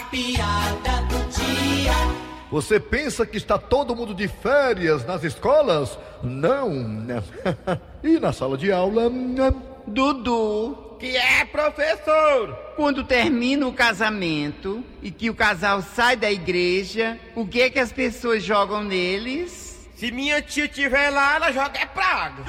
piada do dia. Você pensa que está todo mundo de férias nas escolas? Não. né? E na sala de aula? né? Dudu, Que é, professor? quando termina o casamento e que o casal sai da igreja, o que que as pessoas jogam neles? Se minha tia tiver lá, ela joga é praga.